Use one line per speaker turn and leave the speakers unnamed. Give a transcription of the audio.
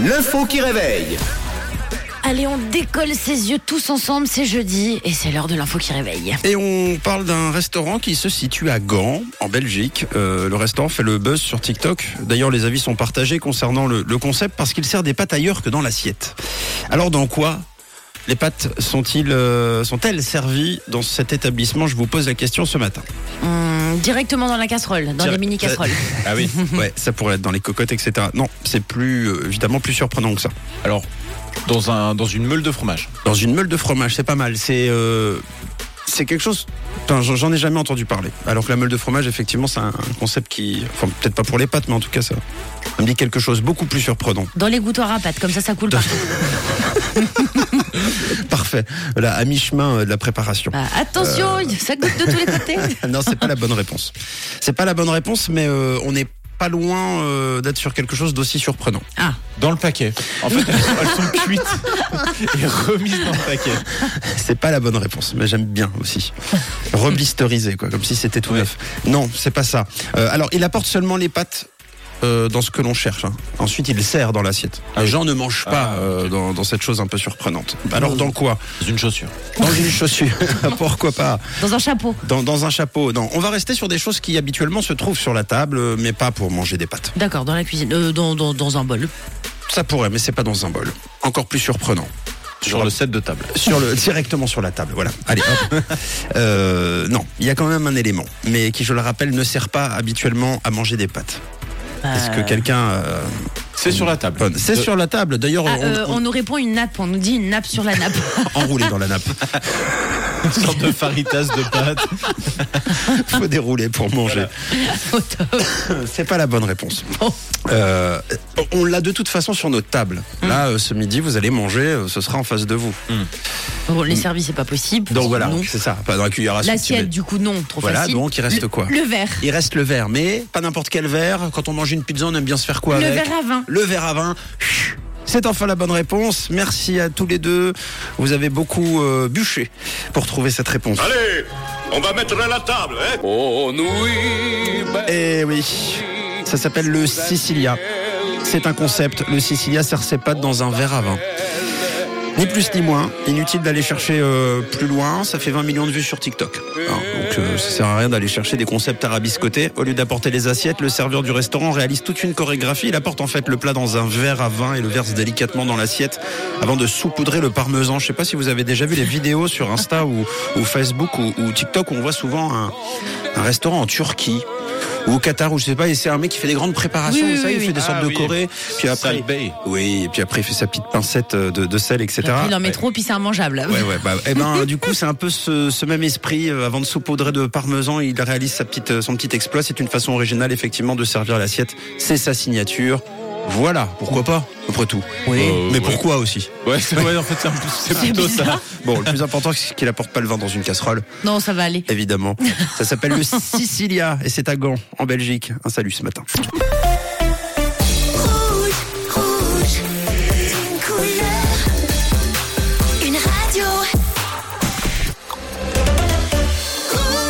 L'info qui réveille.
Allez, on décolle ses yeux tous ensemble, c'est jeudi et c'est l'heure de l'info qui réveille.
Et on parle d'un restaurant qui se situe à Gand, en Belgique. Euh, le restaurant fait le buzz sur TikTok. D'ailleurs, les avis sont partagés concernant le, le concept parce qu'il sert des pâtes ailleurs que dans l'assiette. Alors, dans quoi les pâtes sont-ils, euh, sont-elles servies dans cet établissement Je vous pose la question ce matin.
Hum, directement dans la casserole, dans
Dire-
les mini casseroles.
Ah oui Ouais, ça pourrait être dans les cocottes, etc. Non, c'est plus, euh, évidemment, plus surprenant que ça.
Alors, dans, un, dans une meule de fromage.
Dans une meule de fromage, c'est pas mal. C'est euh, c'est quelque chose. Enfin, j'en- j'en ai jamais entendu parler. Alors que la meule de fromage, effectivement, c'est un un concept qui. Enfin, peut-être pas pour les pâtes, mais en tout cas, ça, ça me dit quelque chose beaucoup plus surprenant.
Dans les gouttoirs à pâtes, comme ça, ça coule pas.
Parfait. Là, à mi-chemin euh, de la préparation.
Bah, attention,
Euh.
ça goûte de tous les côtés.
non, c'est pas la bonne réponse. C'est pas la bonne réponse, mais euh, on n'est pas loin euh, d'être sur quelque chose d'aussi surprenant.
Ah,
Dans le paquet. En fait, elles sont, elles sont cuites et remises dans le paquet.
C'est pas la bonne réponse, mais j'aime bien aussi. Reblisteriser, quoi, comme si c'était tout
Ouais.
neuf. Non, c'est pas ça. Euh, alors, il apporte seulement les pâtes euh, dans ce que l'on cherche. hein. Ensuite, il sert dans l'assiette. Les gens ne mangent pas
Ah,
euh, dans, dans cette chose un peu surprenante. Bah, Alors, dans quoi
Dans une chaussure.
Dans une chaussure. Ah, Pourquoi pas
dans un chapeau.
dans, dans un chapeau. Non, on va rester sur des choses qui habituellement se trouvent sur la table, euh, mais pas pour manger des pâtes.
D'accord, dans la cuisine, euh, dans, dans, dans un bol.
Ça pourrait, mais c'est pas dans un bol. Encore plus surprenant.
Sur le set de table.
sur le directement sur la table. Voilà. Allez. Hop. Euh, non, il y a quand même un élément, mais qui, je le rappelle, ne sert pas habituellement à manger des pâtes. Est-ce que
Euh,
quelqu'un euh,
C'est sur la table.
bonne- C'est
De-
sur la table. D'ailleurs,
ah,
on-
euh,
on-
on nous répond une nappe, on nous dit une nappe sur la nappe.
enroulé dans la nappe.
Une sorte de faritas de pâtes.
Faut dérouler pour manger.
Au top.
C'est pas la bonne réponse.
Bon.
Euh, on l'a de toute façon sur notre table.
Mm.
Là, euh, ce midi, vous allez manger. euh, Ce sera en face de vous.
bon, les services, c'est pas possible.
Donc voilà,
Non.
c'est ça. Pas dans la cuillère à soupe, tu mets-
L'assiette, du coup, non, trop
Voilà,
facile.
donc il reste
Le-
quoi
Le verre.
Il reste le verre, mais pas n'importe quel verre. Quand on mange une pizza, on aime bien se faire quoi
Le
avec
verre à vin.
Le verre à vin. C'est enfin la bonne réponse. Merci à tous les deux. Vous avez beaucoup euh, bûché pour trouver cette réponse.
Allez, on va mettre la table, hein
Eh oui, ça s'appelle le Sicilia. C'est un concept. Le Sicilia sert ses pâtes dans un verre à vin. Ni plus ni moins. Inutile d'aller chercher euh, plus loin. Ça fait 20 millions de vues sur TikTok. Hein, donc euh, ça sert à rien d'aller chercher des concepts arabiscotés. Au lieu d'apporter les assiettes, le serveur du restaurant réalise toute une chorégraphie. Il apporte en fait le plat dans un verre à vin et le verse délicatement dans l'assiette avant de saupoudrer le parmesan. Je sais pas si vous avez déjà vu les vidéos sur Insta ou, ou Facebook ou, ou TikTok où on voit souvent un, un restaurant en Turquie ou au Qatar ou je sais pas et c'est un mec qui fait des grandes préparations
Oui, oui,
ça
oui,
il
oui.
fait des
Ah
sortes de
oui.
corées puis après
Sale baie.
oui, et puis après, il fait sa petite pincette euh, de, de sel, etc.
Après, il en met trop, puis c'est immangeable.
Ouais, ouais, bah, eh ben, du coup, c'est un peu ce, ce même esprit. euh, Avant de saupoudrer de parmesan, il réalise sa petite, euh, son petit exploit. C'est une façon originale, effectivement, de servir l'assiette. C'est sa signature. Voilà, pourquoi pas, après tout.
Oui.
Euh,
Mais
ouais.
pourquoi aussi
Ouais, c'est ouais, en fait, c'est un peu- c'est plutôt ça.
Bon, le plus important, c'est qu'il apporte pas le vin dans une casserole,
Non, ça va aller.
évidemment. Ça s'appelle le Sicilia et c'est à Gand, en Belgique. Un salut ce matin.